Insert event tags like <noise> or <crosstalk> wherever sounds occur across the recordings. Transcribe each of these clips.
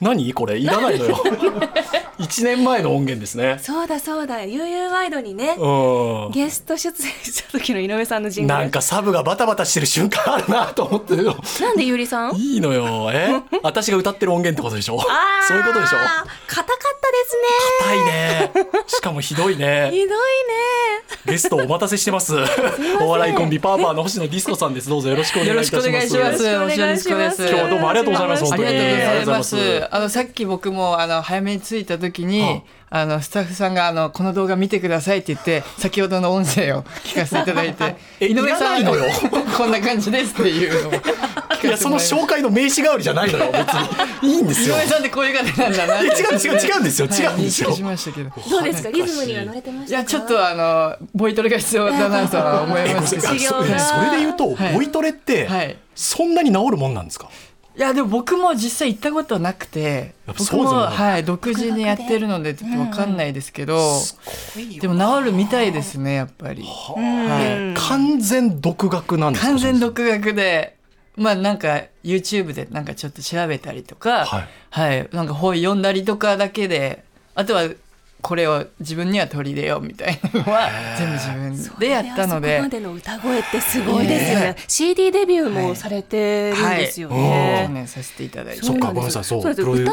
何これいらないの <laughs> よ1年前の音源ですねそうだそうだ UU ワイドにねうゲスト出演した時の井上さんの人んングルなんかサブがバタバタしてる瞬間あるなと思ってるのなんでゆりさんいいのよえ私が歌ってる音源ってことでしょあーそういうことでしょ硬かったです痛いねしかもひどいねねひどいねゲストお待たせしてますお笑いコンビパーパーの星野ディスコさんですどうぞよろしくお願いいたしますよろしくお願いしますよろしくお願いします今日はどうもありがとうございますあ本り当がにとうございます。ありがとうございまあのさっき僕もあの早めに着いた時に、うんあのスタッフさんがあのこの動画見てくださいって言って先ほどの音声を聞かせていただいて <laughs> えいらないのよ <laughs> こんな感じですっていうのを聞かせていやその紹介の名刺代わりじゃないのよ別にいいんです <laughs> 井よ上さんってこういう方なんだなっいてや違うんですよ違うんですよ違うんですよはい認識しましたけどどうですかリズムには乗れてましいたかやちょっとあのボイトレが必要だなとは思いえごめんまなすさけいどそ治療がそれで言うと、はいボイトレって、はいそんなに治るもんなんですかいやでも僕も実際行ったことなくてやっぱ僕そうも、なんだはい、独自にやってるのでちょっとわかんないですけど、でも治るみたいですねやっぱり、は完全独学なんい、ですか完全独学でまあなんか YouTube でなんかちょっと調べたりとかはい、はい、なんか本読んだりとかだけであとはこれを自分には取り入れようみたいなのは全部自分でやったのあそでこまでの歌声ってすごいですよねね CD デビューもされてるんですよね、はい、ねさせていただいてそっかごうめんなさいそうですプ歌ロうデュま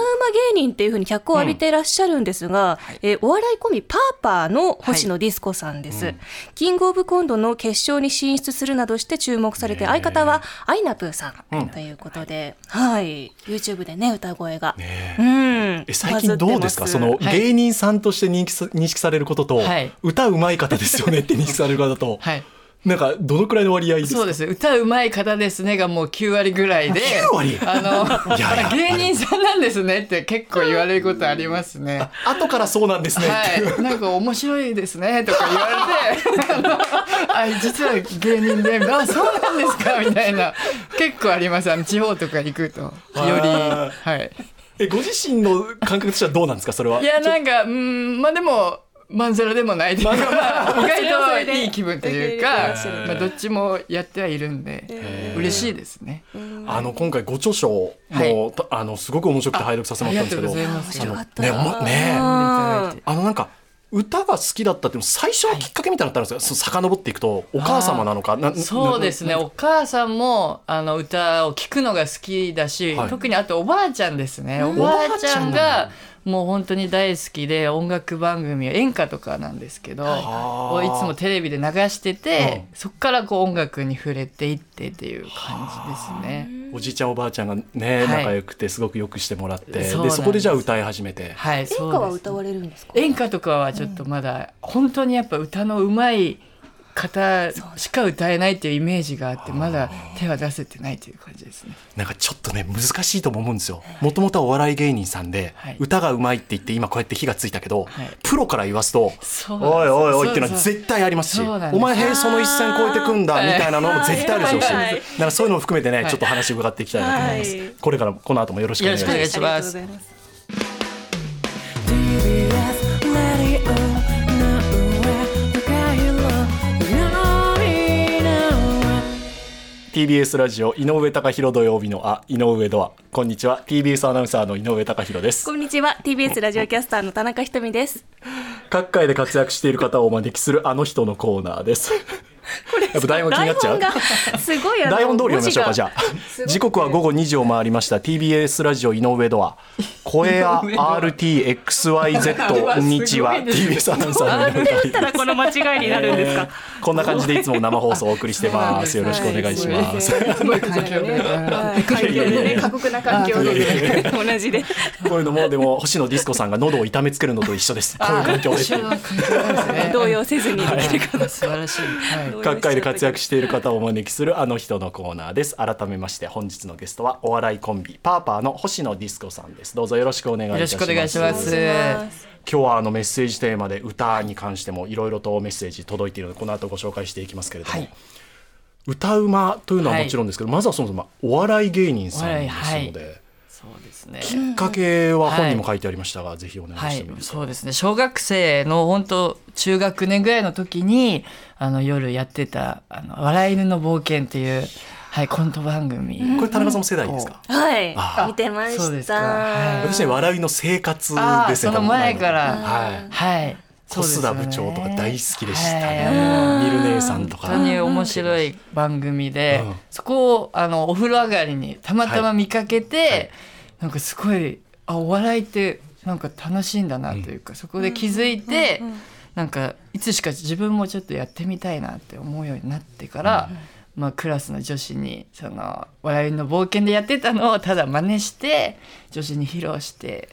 芸人っていうふうに脚光を浴びていらっしゃるんですが、えーお笑いコンビパーパーの星野ディスコさんです、キングオブコントの決勝に進出するなどして注目されて、相方はアイナプーさんということで、はい YouTube でね歌声が、うんえ最近どうですかそのはい芸人さんとして認識さ認識されることと、はい歌うまい方ですよねって認識される方と、 <laughs> はいなんかどのくらいの割合ですそうかです歌うまい方ですねがもう9割ぐらいで9割あのいややっぱり芸人さんなんですねって結構言われることありますね。 <laughs> 後からそうなんですねっていう、はい、なんか面白いですねとか言 <laughs> われてあのあ実は芸人であそうなんですかみたいな結構ありますあの地方とか行くとよりあーはい <laughs> えご自身の感覚としてはどうなんですかそれはいやなんかうんまあでもまんざらでもないというか、まあ、意外といい気分というかそれは、まあ、どっちもやってはいるんで嬉しいですね。あの今回ご著書も、はいたあのすごく面白くて拝読させてもらったんですけどありがとうございあのます面白かっねたおもねああのなんか歌が好きだったっていうの最初のきっかけみたいなのあったんですよ、さかのぼっていくとお母様なのかなそうですねなお母さんもあの歌を聴くのが好きだし、はい特にあとおばあちゃんですねおばあちゃんがもう本当に大好きで音楽番組演歌とかなんですけどあをいーつもテレビで流してて、そこからこう音楽に触れていってっていう感じですね。おじいちゃんおばあちゃんがねい仲良くてすごくよくしてもらって、そうなんでですそこでじゃあ歌い始めて、はい、演歌そうはです歌われるんですか演歌とかはちょっとまだ、本当にやっぱ歌の上手い方しか歌えないっていうイメージがあってまだ手は出せてないという感じですね。なんかちょっとね難しいとも思うんですよもともとはお笑い芸人さんで、はい歌がうまいって言って今こうやって火がついたけど、はいプロから言わすとそうおいおいおいっていうのそうはそう絶対ありますしそうなんでおす前へその一線超えてくんだみたいなのも絶対あるでしょうしはい <laughs> はいだからそういうのも含めてねはいちょっと話伺っていきたいなと思います、はいこれからもこの後もよろしくお願いしよまろすしくお願いしますありがとうございます TBS ラディオの上高広のみな TBS ラジオ井上貴博土曜日のあ井上ドアこんにちは TBS アナウンサーの井上貴博ですこんにちは TBS ラジオキャスターの田中ひとみです各界で活躍している方をお招きするあの人のコーナーです。やっぱ台本気になっちゃう台本が <laughs> すごいあの台本通り読みましょう文か字じがゃあ時刻は午後2時を回りました TBS ラジオ井上ドア声や RTXYZ こんにちはすごいです TBS ねアナウンサーの井上ドアだからこの間違いになるんですか、こんな感じでいつも生放送をお送りしてますよろしくお願いし <laughs> ますすごい環境ねはい環 <laughs> 境のね過酷な環境のね同じでこういうのもでも星野ディスコさんが喉を痛めつけるのと一緒ですこういう環境で一緒の環境なんですね。動揺せずにできるかな素晴らしい。はい。各界で活躍している方をお招きするあの人のコーナーです改めまして本日のゲストはお笑いコンビパーパーの星野ディスコさんですどうぞよろしくお願いいよたろししまくおす願いします。今日はあのメッセージテーマで歌に関してもいろいろとメッセージ届いているのでこの後ご紹介していきますけれども、はい歌うまというのはもちろんですけど、まずはそもそもお笑い芸人さんおで笑いすので、そうですね。きっかけは本にも書いてありましたが、ぜひお願いはしていもいい、ですか、そうですね。小学生の本当中学年ぐらいの時にあの夜やってたあの笑い犬の冒険っていうはい、コント番組。これ田中さんも世代ですかはいあ見てましそうですかたはい私ね笑いの生活あでーすねその前からはいはい。小須田部長とか大好きでしたねはミいル姉さんとか本当に面白い番組で、うんそこをあのお風呂上がりにたまたま見かけて、はいなんかすごいあお笑いってなんか楽しいんだなというか、そこで気づいて、なんかいつしか自分もちょっとやってみたいなって思うようになってから、まあ、クラスの女子にその笑いの冒険でやってたのをただ真似して女子に披露して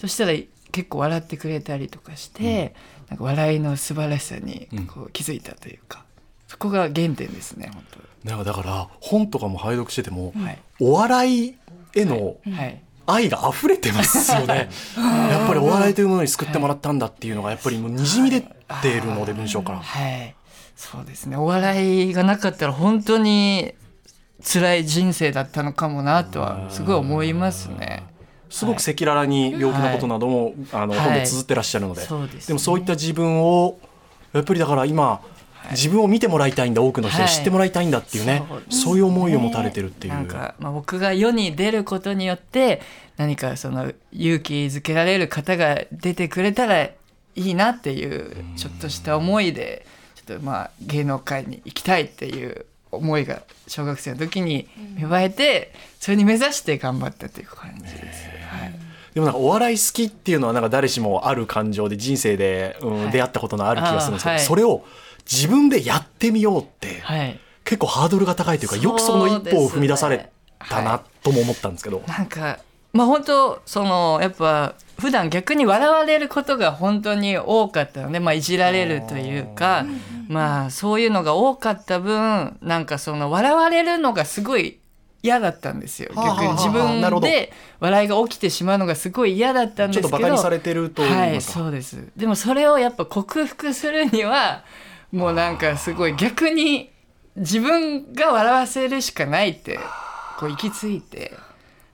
そしたら結構笑ってくれたりとかして、なんか笑いの素晴らしさにこう気づいたというか、そこが原点ですね本なんかだから本とかも拝読してても当はい、お笑いへのはい愛が溢れてますよね <laughs> やっぱりお笑いというものに救ってもらったんだっていうのがやっぱりもうにじみ出ているので文章からはい、そうですねお笑いがなかったら本当に辛い人生だったのかもなとはすごい思いますね。すごく赤裸々に病気のことなども、あのはい本で綴ってらっしゃるので、そうですねもそういった自分をやっぱりだから今、自分を見てもらいたいんだ多くの人にはい知ってもらいたいんだっていうね、そうですねそういう思いを持たれてるっていう。なんか、まあ、僕が世に出ることによって何かその勇気づけられる方が出てくれたらいいなっていうちょっとした思いでちょっとまあ芸能界に行きたいっていう思いが小学生の時に芽生えてそれに目指して頑張ったという感じです。はいでもなんかお笑い好きっていうのはなんか誰しもある感情で人生で、うんはい出会ったことのある気がするんですけど、あーはいそれを自分でやってみようって、はい結構ハードルが高いというかよくその一歩を踏み出されたなとも思ったんですけど。なんかまあ本当そのやっぱ普段逆に笑われることが本当に多かったので、まあ、いじられるというかまあそういうのが多かった分なんかその笑われるのがすごい嫌だったんですよはあはあ逆に自はあなるほど分で笑いが起きてしまうのがすごい嫌だったんですちょけっどとバカにされてると言いはまいすか、そうですでもそれをやっぱ克服するにはもうなんかすごい逆に自分が笑わせるしかないってこう行き着いて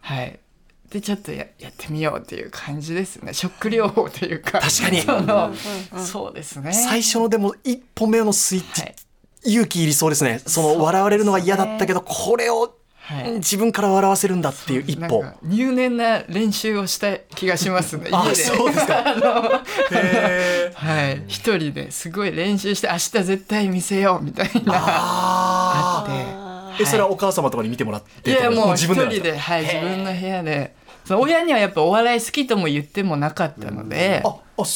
はいでちょっとややってみようっていう感じですねショック療法というか確かにその、そうですね最初のでも一歩目のスイッチ、はい勇気いりそうですねその笑われるのが嫌だったけど、これをはい自分から笑わせるんだっていう一なん歩か入念な練習をした気がしますねあ家でそうですかへーはい一人ですごい練習して明日絶対見せようみたいなあ <laughs> あって。ーえそれはお母様とかに見てもらっていやもう一自分人でなんすかで、はい、自分の部屋でその親にはやっぱお笑い好きとも言ってもなかったのでああそう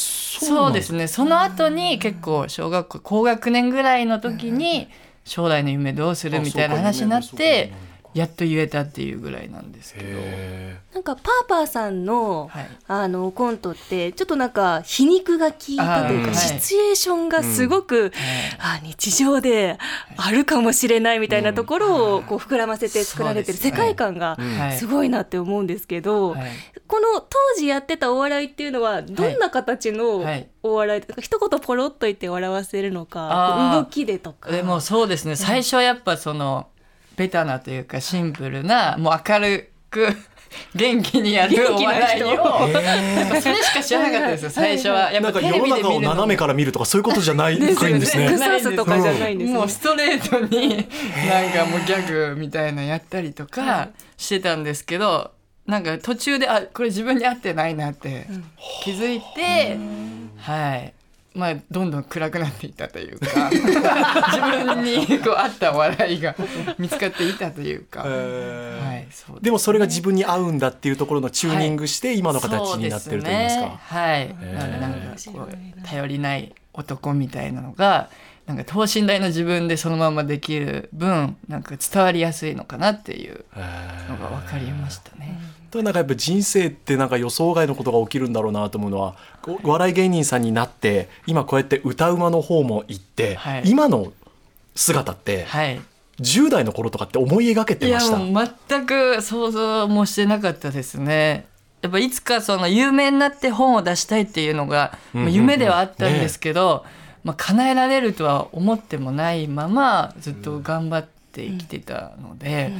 そなうんですねその後に結構小学校高学年ぐらいの時に将来の夢どうするみたいな話になっあそうか夢てねやっと言えたっていうぐらいなんですけどへなんかパーパーさんの、はいあのコントってちょっとなんか皮肉が効いたというか、あーシチュエーションがすごく、あ日常であるかもしれないみたいなところをこう膨らませて作られてるそう世ですね界観がはいすごいなって思うんですけど、はいこの当時やってたお笑いっていうのはどんな形のはいお笑い、なんか一言ポロっと言って笑わせるのかあー動きでとか。でもそうですね最初はやっぱそのベタなというかシンプルなもう明るく元気にやるお笑いを <laughs> なんかそれしか知らなかったですよ最初はやーなっんかぱ世テレのビで中見をるの斜めから見るとかそういうことじゃないんです <laughs> <laughs> よねね。草津とかじゃないんですねもうストレートになんかもうギャグみたいなやったりとかしてたんですけどなんか途中であこれ自分に合ってないなって気づいて、はいまあどんどん暗くなっていったという <laughs> か自分にこう合った笑いが見つかっていたというか、へーはいそうでもそれが自分に合うんだっていうところのチューニングして今の形になってると言いますそうかで。ね、はい、なんかなんかこう頼りない男みたいなのがなんか等身大の自分でそのままできる分なんか伝わりやすいのかなっていうのが分かりましたね。ただなんかやっぱ人生ってなんか予想外のことが起きるんだろうなと思うのはこうお笑い芸人さんになって今こうやって歌うまの方も行って、はい今の姿ってはい、 10代の頃とかって思い描けいてまやしたもう全く想像もしてなかったですね。やっぱいつかその有名になって本を出したいっていうのが、んうんまあ夢ではあったんですけど、まあ、叶えられるとは思ってもないままずっと頑張って生きてたので、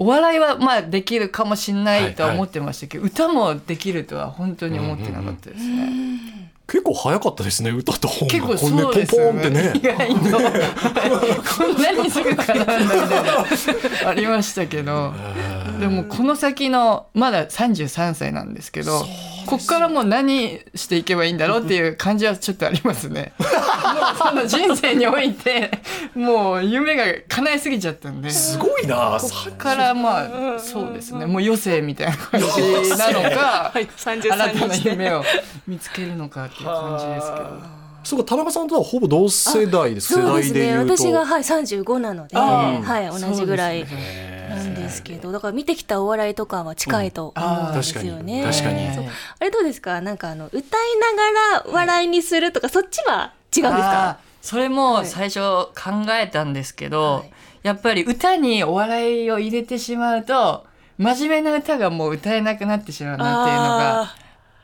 お笑いはまあできるかもしれないとは思ってましたけど、歌もできるとは本当に思ってなかったですね。結構早かったですね歌と本結が構こんなそうポンですポよンっねてね意外とこんなにすぐかなみたいなありましたけどでもこの先のまだ33歳なんですけどこっからもう何していけばいいんだろうっていう感じはちょっとありますねもうその人生においてもう夢が叶えすぎちゃったんですごいなこっからまあそうですねもう余生みたいな感じなのか三十新三たな日夢を見つけるのかっていう感じですけど。そうか田中さんとはほぼ同世代です世そうで代すでね。言うと私がはい三十五なので、あーはい同じぐらいそうですねなんですけど、だから見てきたお笑いとかは近いと思うんですよね。うんあー確かに確かにそうあれどうですか。なんかあの歌いながら笑いにするとか、そっちは違うんですか。あーそれも最初考えたんですけど、はいやっぱり歌にお笑いを入れてしまうと真面目な歌がもう歌えなくなってしまうなっていうのがあ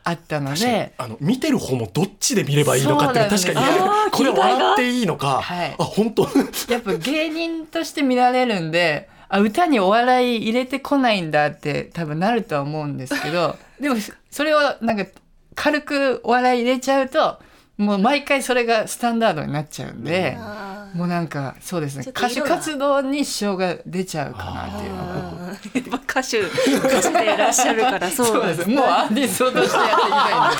あったの確かにであの見てる方もどっちで見ればいいのかっていうのはそ確うかなんにですよあーこれ切り替えが笑っていいのか、はいあ本当やっぱ芸人として見られるんであ歌にお笑い入れてこないんだって多分なるとは思うんです <laughs> けどでもそれをなんか軽くお笑い入れちゃうともう毎回それがスタンダードになっちゃうんで。ーあー。もうなんかそうですねちょっと歌色手が活動に支障が出ちゃうかなっていうのがあーやっぱ歌手歌手でいらっしゃるからそう <laughs> そうなでんすもうアーティストとしてやっていき <laughs> たいんでアー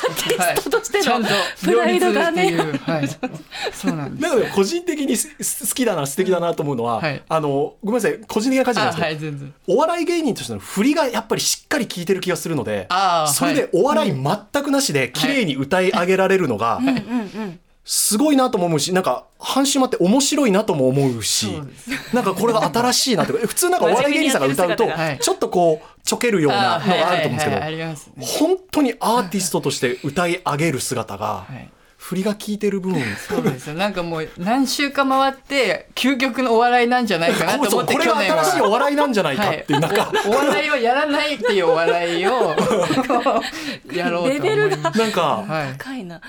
ティストとしてのちゃんとプライドがね両立って <laughs> いうはいそうなんですだから個人的にすす好きだな素敵だなと思うのは、はいあのごめんなさい個人的な感じなんあですけど、はい全然お笑い芸人としての振りがやっぱりしっかり効いてる気がするのであーそれでお笑い全くなしで綺麗に歌い上げられるのがうんうんうん。すごいなとも思うしなんか半島って面白いなとも思うしそうですなんかこれが新しいなとか普通なんかお笑い芸人さんが歌うと真面目にやってる姿がはいちょっとこうちょけるようなのがあると思うんですけあーはいはいはいどありますね本当にアーティストとして歌い上げる姿がはい振りが効いてる分そうですよなんかもう何週か回って究極のお笑いなんじゃないかなとそ思うってこ去れが年は新しいお笑いなんじゃないかっていうなんかお笑いをやらないっていうお笑いをこうやろうと思いレベルながんか。はい高いな。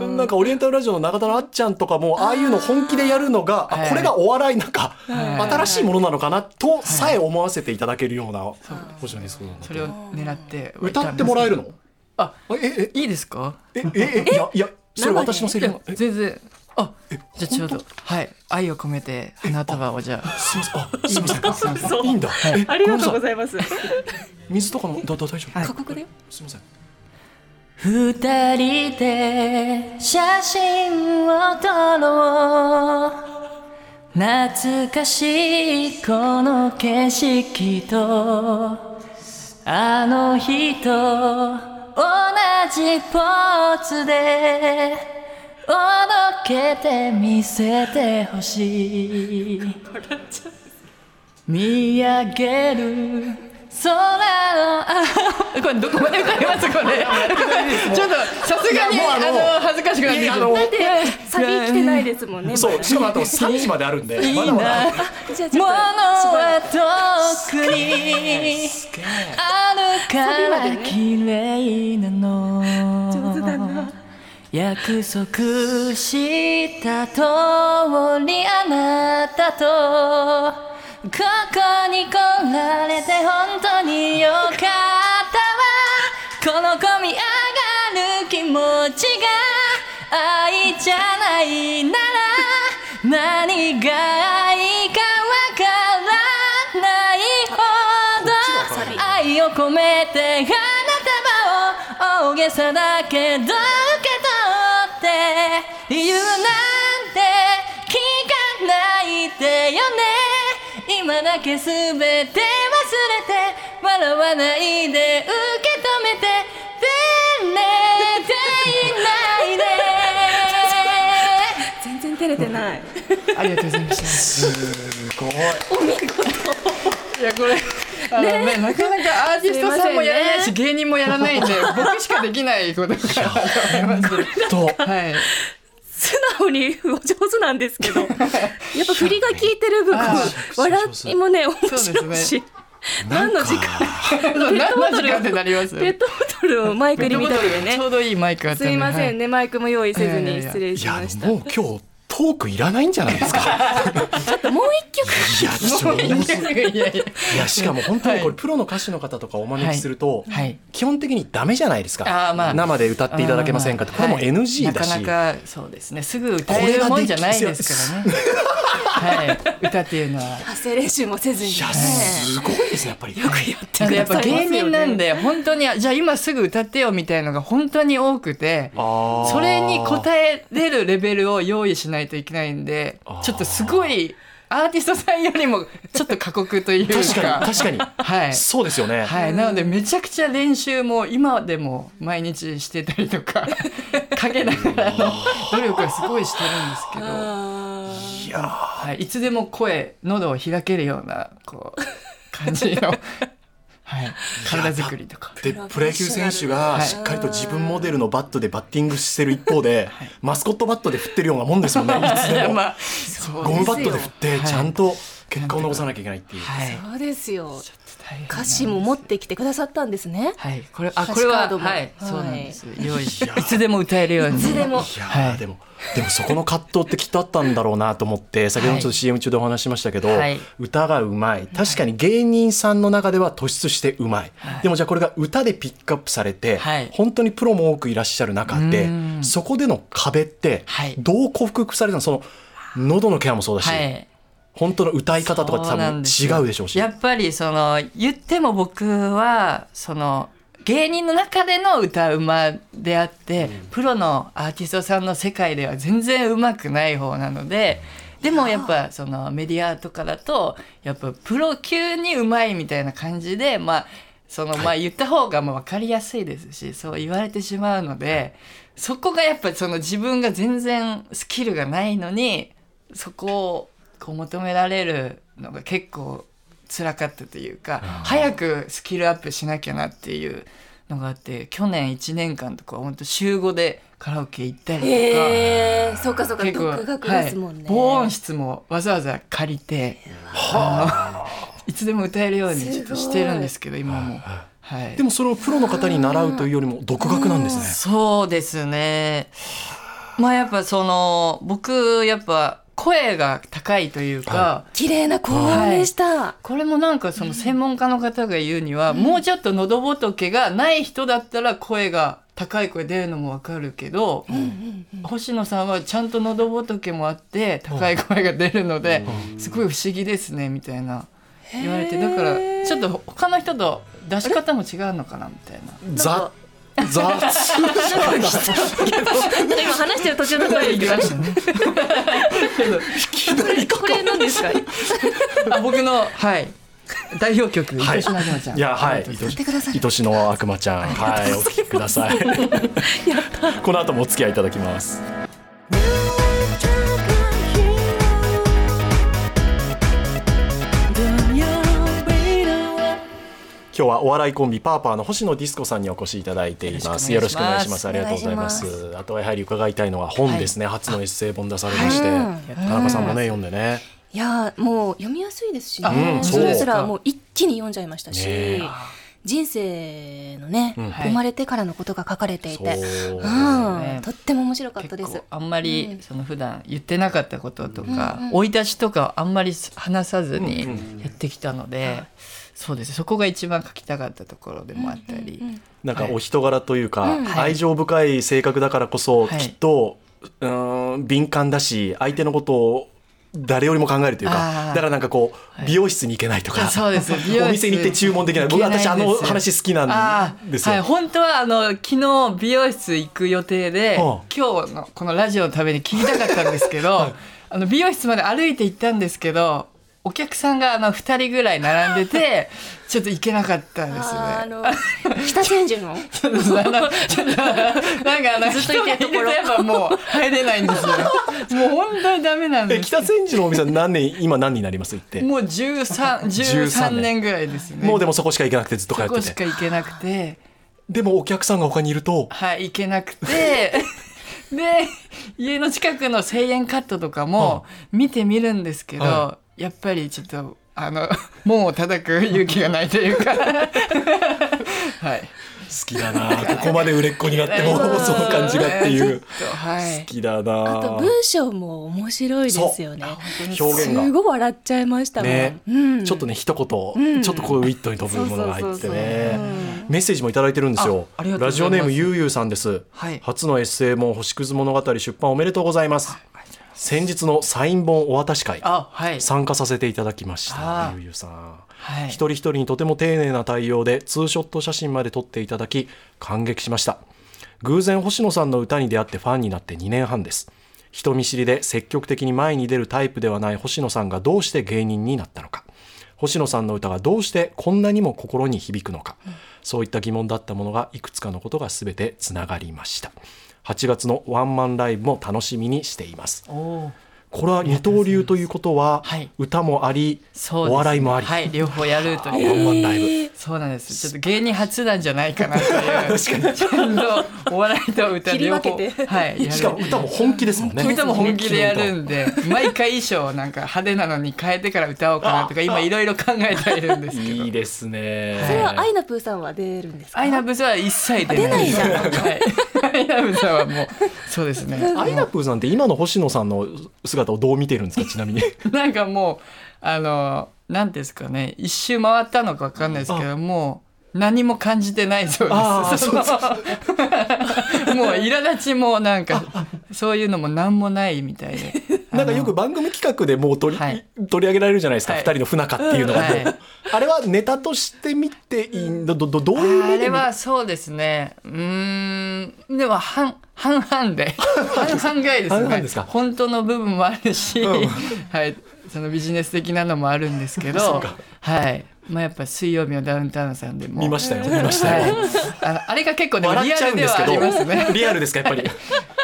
うんなんかオリエンタルラジオの中田のあっちゃんとかもああいうの本気でやるのがはあいこれがお笑いなんかはい新しいものなのかなとさえ思わせていただけるような星野リスコさんそれを狙ってはい歌たっんですけどてもらえるのあええいいですかええええいやいやそれ生で私のセいリやフえ全然あじゃあちょうどはい愛を込めて花束をじゃあすみませんあすみませんそういいんだえありがとうごめんなさございます。い水とかのだだ大丈過夫酷だよ。すみません二人で写真を撮ろう懐かしいこの景色とあの日と同じポーズでおどけて見せてほしい見上げる空のあこれどこまで歌いますこ <laughs> れちょっとさすがいにやあもうあのの恥ずかしくなってきいてやあのだってサビ来てないですもんね。まそうだしかもあと3時まであるんでいいまなだまだじゃあちょっとし物ばらはく遠くにあるから綺麗なの上手だな約束した通りあなたとここに来られて本当によかったわこの込み上がる気持ちが愛じゃないなら何が愛かわからないほど愛を込めて花束を大げさだけど受け取って理由なんて聞かないでよね今だけ全て忘れて笑わないで受け止めて照れていないで全然照れてない。ありがとうございましたすごいいやこれあのねなかなかアーティストさんもやらないしすい芸人もやらない <laughs> んで僕しかできないことだから思いますとはい素直にお上手なんですけど、やっぱ振りが効いてる分、こあう笑いもね面そう白いですしね、何の時間何何時間ってなりますペットボトルをマイクに見たりでちょね。うどいいマイクあったすいませんねね、マイクも用意せずいやいやいにや失礼いしやましでたも。もう今日トトークいらないんじゃないですかもう一曲いやちょっと <laughs> いやいやいやいやしかも本当にこれプロの歌手の方とかお招きすると、はいはい基本的にダメじゃないですか、あーまあ生で歌っていただけませんかってこれも NG だし、なかなかそうですねすぐ歌えるもんじゃないですからねはい歌っていうのは発声練習もせずにいねやすごいですねやっぱり、よくやってなんくかやだっさいまぱすよね芸人な <laughs> んで本当にじゃあ今すぐ歌ってよみたいのが本当に多くてあーそれに応えれるレベルを用意しないといけないんであーちょっとすごいアーティストさんよりもちょっと過酷というか確かに確 <laughs> かに、はいそうですよね、はい、なのでめちゃくちゃ練習も今でも毎日してたりとか陰ながらの努力はすごいしてるんですけど、あーいやーはい、いつでも声喉を開けるようなこう感じの、はい、体作りとか。でプロ野球選手がはいしっかりと自分モデルのバットでバッティングしてる一方 <laughs> で、マスコットバットで振ってるようなもんですもんねいつでも、まあ、そうゴムバットでです振よってはいちゃんと結果を残さなきゃいけないっていう、はい、そうですよちょっと大変なんです歌詞も持ってきてくださったんですねはい、これあ歌詞これカはードもはい、はいそうなんです。用意しいやいつでも歌えるよういに。つでいもやーはいでもでもそこの葛藤ってきっとあったんだろうなと思って先ほどもちょっと CM 中でお話ししましたけど、はい歌がうまい確かに芸人さんの中では突出してうまい、でもじゃあこれが歌でピックアップされて、はい本当にプロも多くいらっしゃる中でうんそこでの壁ってはいどう克服されたのその喉のケアもそうだし、はい。本当の歌い方とかって多そうな分んですよ違うでしょうしやっぱりその言っても僕はその芸人の中での歌うまであって、プロのアーティストさんの世界では全然うまくない方なので。でもやっぱそのメディアとかだとやっぱプロ級にうまいみたいな感じでまあそのまあ言った方がまあ分かりやすいですしそう言われてしまうのでそこがやっぱその自分が全然スキルがないのにそこをこう求められるのが結構辛かったというか早くスキルアップしなきゃなっていうのがあって去年1年間とかは本当週5でカラオケ行ったりとか。えー、そうかそうか結構独学ですもんね、はい、防音室もわざわざ借りて、あの <laughs> いつでも歌えるようにちょっとしてるんですけど今も、はい、でもそれをプロの方に習うというよりも独学なんですね。そうですね。まあやっぱその僕やっぱ声が高いというか、は綺麗な高音でした、これもなんかその専門家の方が言うには、もうちょっと喉仏がない人だったら声が高い声出るのもわかるけど、星野さんはちゃんと喉仏もあって高い声が出るので、すごい不思議ですねみたいな言われてへだーからちょっと他の人と出し方も違うのかなみたいな。 <laughs> ざ雑なんか今話してる途中の声でしたね。 <laughs> これ何ですかあ僕のはい代表曲はい愛しの悪魔ちゃん。いやはいありがとうござますってくださる愛しの悪魔ちゃんはいお聞きくださいこの後もお付き合いいただきます今日はお笑いコンビパーパーの星野ディスコさんにお越しいただいていますよよろろししくくおお願願いいししまますすありがとうございますあとはやはり伺いたいのは本ですね、初のエッセイ本出されまして、はい田中さんもね読んでねいやーもう読みやすいですしあね、うんそれすそうらかもう一気に読んじゃいましたし、ねえ人生のね、うん生まれてからのことが書かれていそて、ううねん、とっても面白かったで結す構。あんまりその普段言ってなかったこととかうんうん生、い立ちとかあんまり話さずにうんやってきたので、そうですそこが一番書きたかったところでもあったり、なんかお人柄というか、はいうん愛情深い性格だからこそ、はいきっとうーん敏感だし相手のことを誰よりも考えるというかあーだからなんかこう、はい美容室に行けないとかそうです美容室 <laughs> お店に行って注文できない僕行け私ないんですあの話好きなあんーですよ。はい、本当はあの昨日美容室行く予定で、はあ今日のこのラジオのために聞きたかったんですけ <laughs> ど、あの美容室まで歩いて行ったんですけどお客さんがあの2人ぐらい並んでて <laughs> ちょっと行けなかったんですね。あーあの北千住 <laughs> のそうですあのちょっとなんかあのずっといてるところ人がいるとやっぱもう入れないんですよ。もう本当にダメなんえです。北千住のお店は何年今何になります行ってもう十三十13三年年ぐらいですね。もうでもそこしか行けなくてずっと通そこっしてかて行けなくて、でもお客さんが他にいるとはい行けなくて。 <laughs> で家の近くの1000円カットとかも見てみるんですけど、はやっぱりちょっと <laughs> <laughs> あの門を叩く勇気がないというかはいきだなここまで売れっ子になってもその感じがっていうちょっとはい好きだなあと文章も面白いですよね表現がすごい笑っちゃいましたもん、ねうん、ちょっとね一言、うんちょっとこうウィットに飛ぶものが入ってそうそうそうそうねメッセージもいただいてるんですよあありがとうラございジますオネームゆうゆうさんです、はい初のエッセイ本星屑物語出版おめでとうございます先日のサイン本お渡し会あはい参加させていただきましたあーゆうゆうさんはい一人一人にとても丁寧な対応でツーショット写真まで撮っていただき感激しました偶然星野さんの歌に出会ってファンになって2年半です人見知りで積極的に前に出るタイプではない星野さんがどうして芸人になったのか星野さんの歌がどうしてこんなにも心に響くのか、そういった疑問だったものがいくつかのことが全てつながりました8月のワンマンライブも楽しみにしていますおーこれは二刀流ということは、はい歌もあり、そうですおね笑いもあり、はい両方やるとワいうンマンライブ、そうなんですちょっと芸人初なんじゃないかなというちゃんとお笑いと歌切り両分方けてはいやしかもる歌も本気ですもんね。歌も本気でやるんんで毎回衣装をなんか派手なのに変えてから歌おうかなとか今いろいろ考えてはいるんですけどいいですね。それはアイナプーさんは出るんですかアイナブズは一切出出ないじゃんはい、アイナブズはもうそうですねアイナプーさんって今の星野さんの姿をどう見てるんです <laughs> かちなみになんかもうあのなんですかね一周回ったのかわかんないですけどもう何も感じてないそうあで <laughs> ーすそのもう苛立ちもなんかそういうのも何もないみたいで <laughs> なんかよく番組企画でもう取り,、はい取り上げられるじゃないですか、は二い人の不仲っていうのが、はいあれはネタとして見ていいどどどどういうあ目でれ見はそうですね。うーん。でも半、半々 <laughs> で。半々がいいですね。半々ですか本当の部分もあるし、うんはい。そのビジネス的なのもあるんですそけうどか、はい。まあやっぱ水曜日のダウンタウンさんでも。見ましたよ見ましたはいよ、。 <laughs> あのあれが結構でも笑リっアちゃうルんでですはけありどますね。リアルですかやっぱ <laughs> り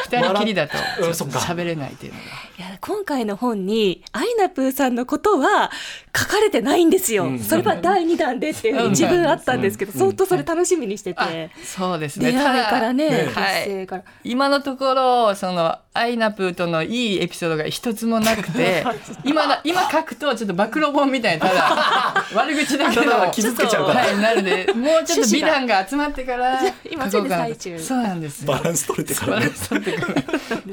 二人きりだとうんそっか喋れないっていうのが。いや今回の本にアイナプーさんのことは書かれてないんですよ、うんそれは第2弾でっていうふうに自分あったんですけど、うん相当それ楽しみにしてて、あ、そうですね。出会いただからねね結成から、今のところそのアイナプーとのいいエピソードが一つもな <laughs> くて今だ今書くとちょっと暴露本みたいな <laughs> ただ悪口だけただど傷つけちゃうからはい、なるでもうちょっ趣旨と美が談が集まってから今書こうかな準備最中そうなんですよバランス取れてからバラねンス取ってから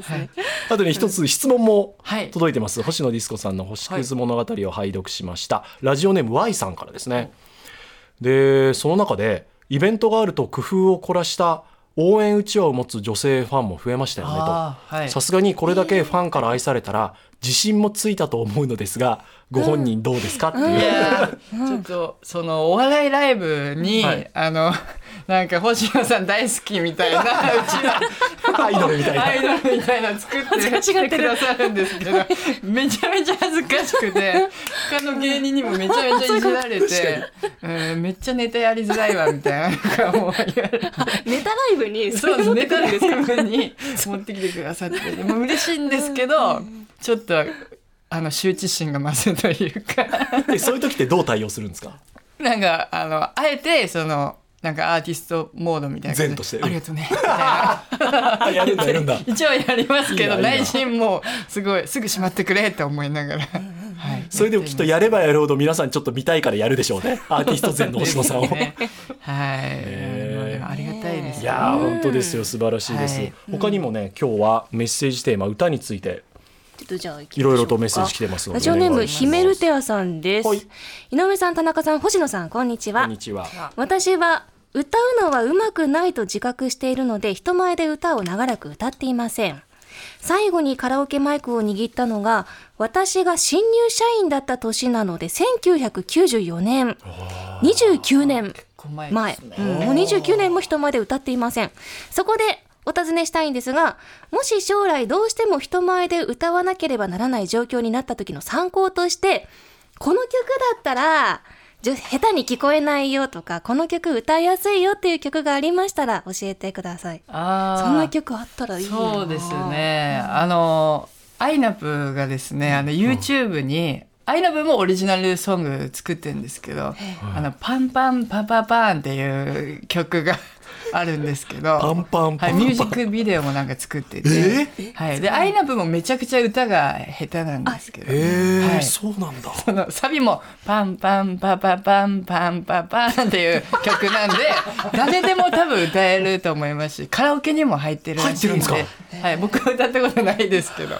<laughs> はいあとね一つ質問もはい届いてます、星野ディスコさんの「星屑物語」を拝読しました、ラジオネーム Y さんからですねでその中でイベントがあると工夫を凝らした応援うちわを持つ女性ファンも増えましたよねあーはいとさすがにこれだけファンから愛されたら自信もついたと思うのですがご本人どうですかっていう、いや <laughs> ーちょっとそのお笑いライブに、はいあのなんか星野さん大好きみたい <laughs> なうちのアイドルみたいな。アイドルみたいなの作ってかしがってるくださるんですけどめちゃめちゃ恥ずかしくて他の芸人にもめちゃめちゃいじられてうんめっちゃネタやりづらいわみたいななんかもう言われてネタライブにそそれ持うっネてくタるラんでイすかブに持ってきてくださってもう嬉しいんですけどちょっとあの羞恥心が増すというか。でそういう時ってどう対応するんですかなんかあのあえてそのなんかアーティストモードみたいな感じで善としてありがとうねみたいなあやるんだやるんだ一応やりますけどいいないいな内心もうすごいすぐしまってくれって思いながら、はい、 <laughs> それでもきっとやればやるほど皆さんちょっと見たいからやるでしょう <laughs> ねアーティスト勢の星野 <laughs> さんを。ねはい、えまあでもありがたいでいすねやー本当ですよ素晴らしいです、はい他にもね今日はメッセージテーマ歌についてちょっとじゃあ行きましょうかいろいろとメッセージ来てますのでラジオネーお願ムいしますヒメルテアさんです、はい井上さん田中さん星野さんこんにちこはんにちは私は歌うのはうまくないと自覚しているので人前で歌を長らく歌っていません最後にカラオケマイクを握ったのが私が新入社員だった年なので1994年29年こう前です前、うんもう29年も人前で歌っていませんそこでお尋ねしたいんですがもし将来どうしても人前で歌わなければならない状況になった時の参考としてこの曲だったらじょ下手に聞こえないよとかこの曲歌いやすいよっていう曲がありましたら教えてくださいあーそんな曲あったらいいなそうですねあのアイナプーがですねあの YouTube に、アイナプーもオリジナルソング作ってるんですけど「あのパンパンパパパーン」っていう曲が <laughs> あるんですけどパンパンパンパンはい、ミュージックビデオもなんか作ってて、えはい、でアイナブもめちゃくちゃ歌が下手なんですけど、えーはいそうなんだそのサビもパンパンパパパンパンパパンっていう曲なんで誰でも多分歌えると思いますしカラオケにも入ってるらしい入んでってるんではい、僕は歌ったことないですけど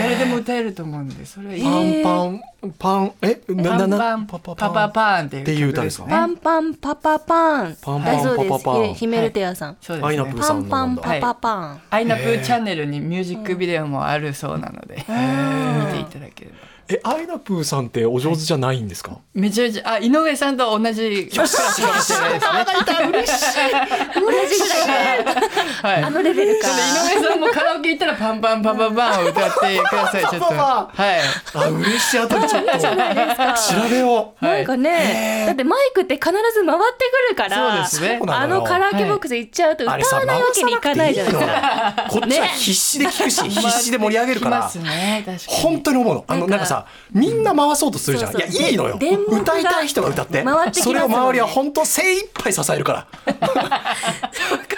誰でも歌えると思うんでそれいいパンパンパンえパなンなパンパパパパパンパパンっていうっていう曲歌ですかねパンパンパパパン。パンだそうですパンパパパンヒヒメルテアさん。そうアでイナすプねーパンパンパパパン。アイナプーチャンネルにミュージックビデオもあるそうなので、見ていただければ。えアイナプーさんってお上手じゃないんですか、めちゃめちゃ、あ、井上さんと同じクラスの人です <laughs> ね。嬉しい。はい。あのレベルか。井上さんもカラオケ行ったらパンパンパンパンパンを歌ってください。ちょっと。はい。あ嬉しいあたりちょっと調べようはないんかね、だってマイクって必ず回ってくるから、そうですねあのカラオケボックス行っちゃうと歌わないわけにいかないじゃないですか。かこっちは必死で聞くし、必死で盛り上げるから来ますね、確かに。本当に思うのあのなんかさみんな回そうとするじゃん、そうそういやいいのよ電話が歌いたい人が歌って回ってきますそもんれねを周りは本当精一杯支えるからわか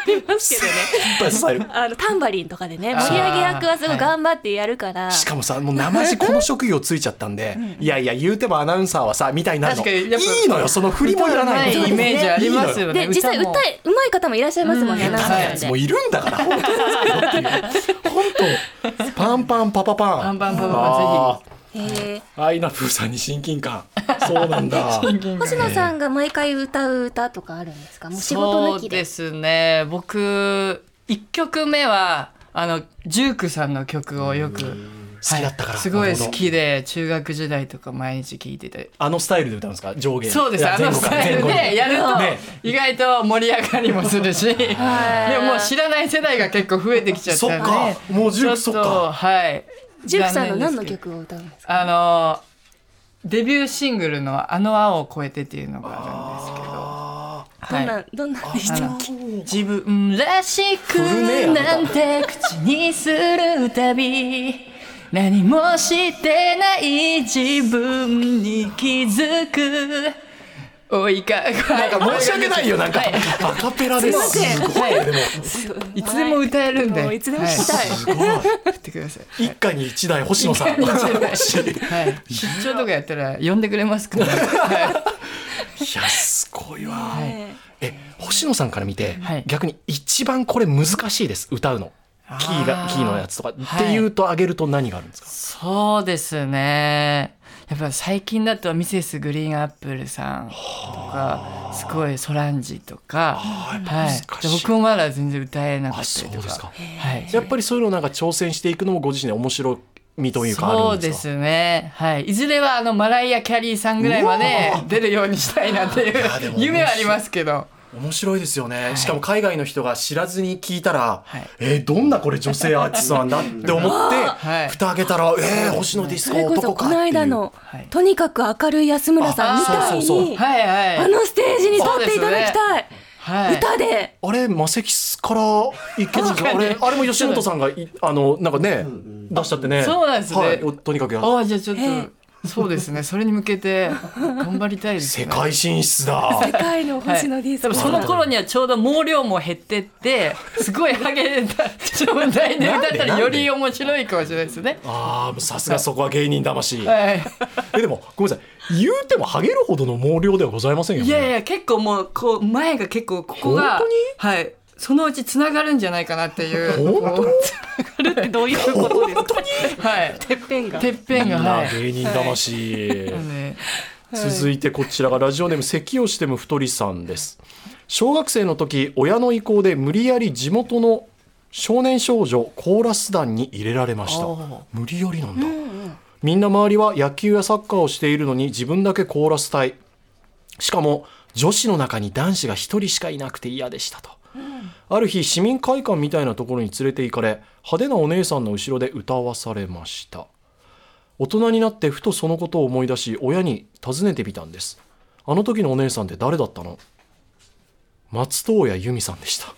りますけどね。いっぱい支え <laughs> るあのタンバリンとかでね盛り上げ役はすごい頑張ってやるから。しかもさもう生地この職業ついちゃったんで、いやいや言うてもアナウンサーはさみたいになるの確かにやっぱいいのよその振りもいらない歌のうまイメージありますよね。で実際歌もえ上手い方もいらっしゃいますもんね。うんなんかはいもういるんだから本当ですよっていう本当パンパンパパパンパンパンパパパあン、ぜへえーアイナプーさんに親近感そうなん <laughs> だ星野さんが毎回歌う歌とかあるんですか。もうひ。仕事抜そきうでで。すね。僕、一曲目は、あの、ジュークさんの曲をよく。好きだったから、はいすごい好きで中学時代とか毎日聴いててあのスタイルで歌うんですか上下そうですあのスタイルでやるとね意外と盛り上がりもするし、でももう知らない世代が結構増えてきちゃったんでそっかもうジュークちそょっっかとはいジュークさんの何の残念ですけど曲を歌うんですか。あのデビューシングルの「あの青を越えて」っていうのがああるどんんですけど、などんなはい、でしたあっのけ。自分らしくなんて口にするたび何もしてない自分に気づくおいかあ申し訳ないよなんか、はいアカペラですすいませすんごいでもいつでも歌えるんで、もういつでも聴きたいはすごいい、振ってください、一家に一台星野さん一家に一台星いはい、出張とかやったら呼んでくれますか、ね、やすごいわ、ねえ星野さんから見て、はい逆に一番これ難しいです歌うのキーがあーキーのやつとか、はいっていうと上げると何があるんですかそうですねやっぱ最近だとミセスグリーンアップルさんとかすごいソランジとか、あー難はいしい、で僕もまだ全然歌えなかあったそりうとでかすかはい、やっぱりそういうのをなんか挑戦していくのもご自身で面白みというかあそるうんでですかすね、はい、いずれはあのマライア・キャリーさんぐらいまで出るようにしたいなっていうやでも夢はありますけど。面白いですよね、しかも海外の人が知らずに聞いたら、はいえーどんなこれ女性アーティストなんだって思って、い蓋開けたらえー、星野ディスそコれこ男そかこのっていう間のはいとにかく明るい安村さんみたいあそうそうそうにはいはい、あのステージに立っていただきたい。はい、歌で。あれ魔石から一見あれあれも吉本さんがいあのなんかね出したってねそうなんですねはい、おとにかくやああじゃあちょっえとそうですねそれに向けて頑張りたいですね世界進出だ世界のはい星野ディス多コ分さそん。の頃にはちょうど毛量も減って <laughs> ってすごいハゲた状態で歌ったらより面白いかもしれないですねああさすがそこは芸人魂はいえでもごめんなさい言うてもハゲるほどの毛量ではございませんよいねやいや結構もうこう前が結構ここが本当にはいそのうちつながるんじゃないかなっていう <laughs> 本当にどういうことですか。はいてっぺんが。てっぺんがなはい芸人魂、ね続いてこちらがラジオネーム咳をしても太りさんです小学生の時親の意向で無理やり地元の少年少女コーラス団に入れられましたおー無理やりなんだ、みんな周りは野球やサッカーをしているのに自分だけコーラス隊しかも女子の中に男子が1人しかいなくて嫌でしたと、ある日市民会館みたいなところに連れて行かれ派手なお姉さんの後ろで歌わされました大人になってふとそのことを思い出し親に尋ねてみたんですあの時のお姉さんって誰だったの松任谷由実さんでした、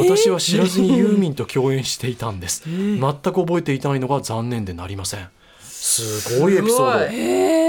私は知らずにユーミンと共演していたんです、全く覚えていないのが残念でなりませんすごいエピソード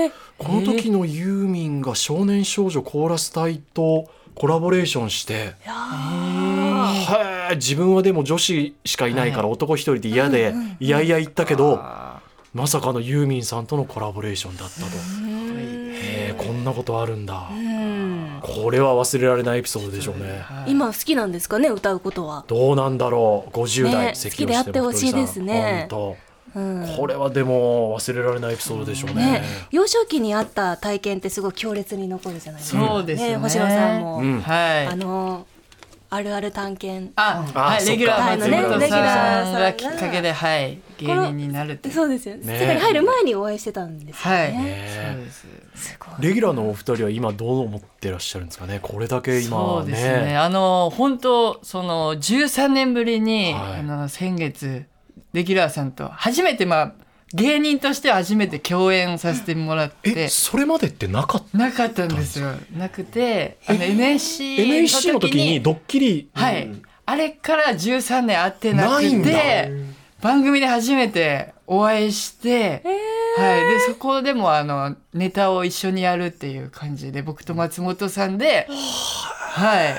すごいこの時のユーミンが少年少女コーラス隊とコラボレーションしてはい自分はでも女子しかいないから男一人で嫌でいやいや言ったけどあまさかのユーミンさんとのコラボレーションだったとーかっこいいへえこんなことあるんだうんこれは忘れられないエピソードでしょうねはい今好きなんですかね歌うことは、どうなんだろう50代ね席好きであってほしいですね本うん当これはでも忘れられないエピソードでしょうねね、幼少期にあった体験ってすごい強烈に残るじゃないですか。そうですね星野さんも、うんはいあのあるある探検。あ、あはい、そっかレギュラー松はいあの本ねレギュラーささんんががきっかけで、はい、芸人になるって。そうですよ。ね世界に入る前にお会いしてたんですよはい、ね。ねそうです。すごい。レギュラーのお二人は今どう思ってらっしゃるんですかねこれだけそ今うですね。あの、本当、その13年ぶりに、はいあの、先月。レギュラーさんと初めて、まあ、芸人として初めて共演させてもらっえて。それまでってなかったなかったんですよ。なくて、あの、NSC NSC の時にドッキリはい、あれから13年会ってなくないんだて番組で初めてお会いして、はい、でそこでもあのネタを一緒にやるっていう感じで僕と松本さんで、は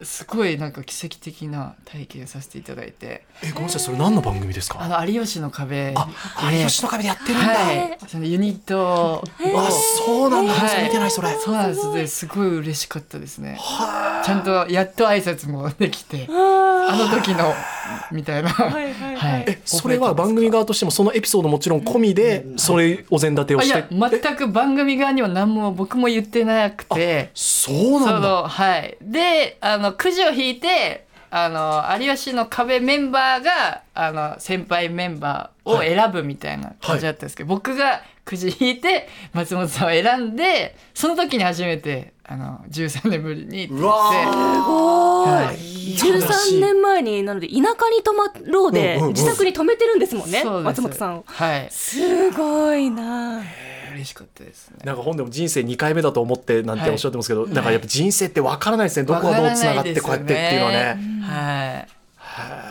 い、すごいなんか奇跡的な体験させていただいてえごめんなさいそれ何の番組ですかあの有吉の壁あで有吉の壁でやってるんだはい、そのユニットをあそうなんだはい見てないそれそうなんですですごい嬉しかったですねはちゃんとやっと挨拶もできてあの時のみたいな。いははいえそれは番組側としてもそのエピソードもちろん込みでそれお膳立てをあいしやて全く番組側には何も僕も言ってなくてそうそなんだのはいであのくじを引いてあの有吉の壁メンバーがあの先輩メンバーを選ぶみたいな感じだったんですけど、僕がくじ引いて松本さんを選んでその時に初めてあの13年ぶりにって言ってうわはい十三年前になので田舎に泊まろうでうんうんうん自宅に泊めてるんですもんね。そうです松本さんを。はいすごいな。嬉しかったですねなんか本でも人生2回目だと思ってなんておっしゃってますけど、なんかやっぱ人生ってわからないですねどこがどうつながってこうやってっていうのはわからないでねすよはい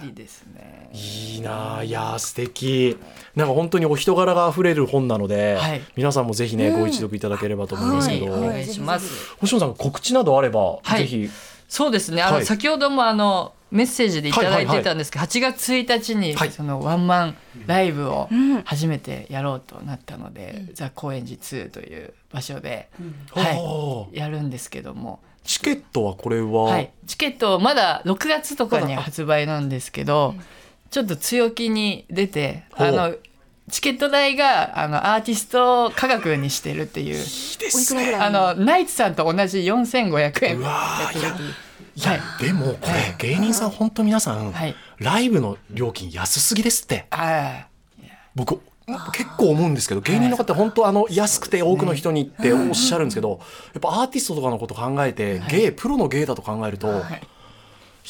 栗ですねいいなあいやあ素敵なんか本当にお人柄があふれる本なので、はい皆さんもぜひね、ご一読いただければと思いますけど、はいお願いします、星野さん告知などあれば、はいぜひそうですね。あの、はい先ほどもあのメッセージでいただいはいてはいはたんですけど、8月1日にはいそのワンマンライブをん初めてやろうとなったので、ザ高円寺2という場所で、おはーい、やるんですけども、チケットはこれは、はい、チケットまだ6月とかに発売なんですけど、ちょっと強気に出て、ほうあのチケット代があのアーティスト価格にしてるっていう。おいくらぐらい？あのナイツさんと同じ4500円うわーいやいや、はいでもこれ芸人さん本当皆さん、はいライブの料金安すぎですってあ僕結構思うんですけど芸人の方本当あの安くて多くの人にっておっしゃるんですけどやっぱアーティストとかのこと考えて芸プロの芸だと考えるとい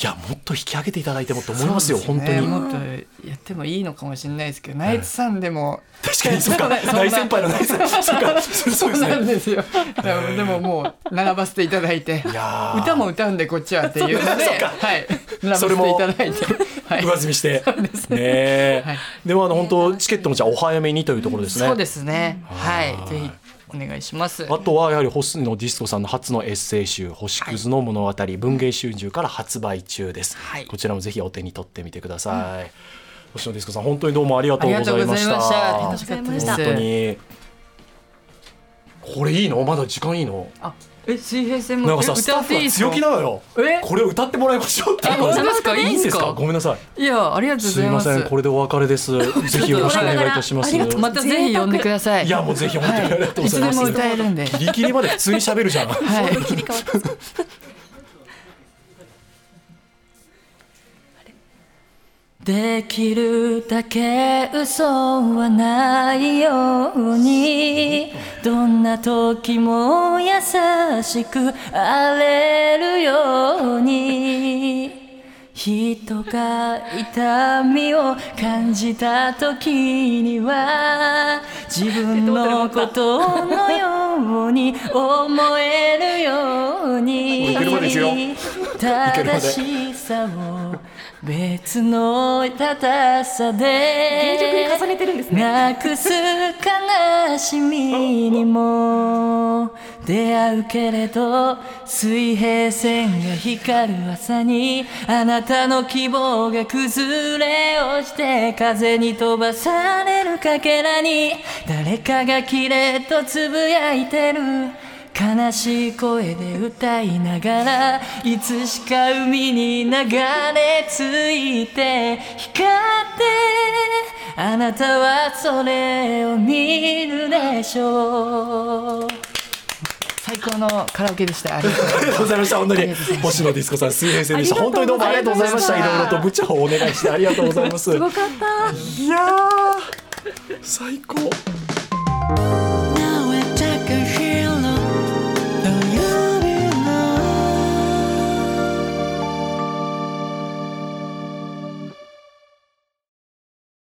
いやもっと引き上げていただいてもって思いますよそう本で当ねにもっとやってもいいのかもしれないですけど、ナイツさんでも確かにそうか <laughs> そうなん大先輩の大先輩そうか <laughs> そそううですなねんですよ、でももう並ばせていただいてやー歌も歌うんでこっちはっていうのでそうかはい、並ばせていただいて、 <laughs> はい上積みしてねえはいでもあの本当チケットもじゃあお早めにというところですねそうですねはいぜひお願いしますあとはやはり星野ディスコさんの初のエッセイ集「星屑の物語、文芸春秋」から発売中です、はいこちらもぜひお手に取ってみてください、星野ディスコさん本当にどうもありがあとうりごがとざういござまいまし本したた楽しかったまでしすた当にこれいいのまだ時間いいのあえ水平線もなんかさえスタ歌ッっフていいはです強か気なのよえこれを歌ってもらいましょうってえ本当ですかいいんですかごめんなさいいやありがとうごすざいいまますせんこれでお別れですぜひよろしくお願いいたしますちょっと笑いながらありがとうござまたぜひ呼んでくださいいやもうぜひ本当にありがとうございいつでまもす、歌えるんでギリギリまで普通に喋るじゃんはい切り替わった。できるだけ嘘はないようにどんな時も優しくあれるように人が痛みを感じた時には自分のことのように思えるようにいけるまでですよ正しさを別の高さで原曲に重ねてるんですねなくす悲しみにも出会うけれど水平線が光る朝にあなたの希望が崩れ落ちて風に飛ばされるかけらに誰かがきれいとつぶやいてる悲しい声で歌いながらいつしか海に流れ着いて光ってあなたはそれを見るでしょう最高のカラオケでしたありがとうござあいりがとうございました本当に星野ディスコさん水平線でした本当にどうもありがとうございましたいろいろと無茶をお願いしてありがとうございますすごかったいやー最高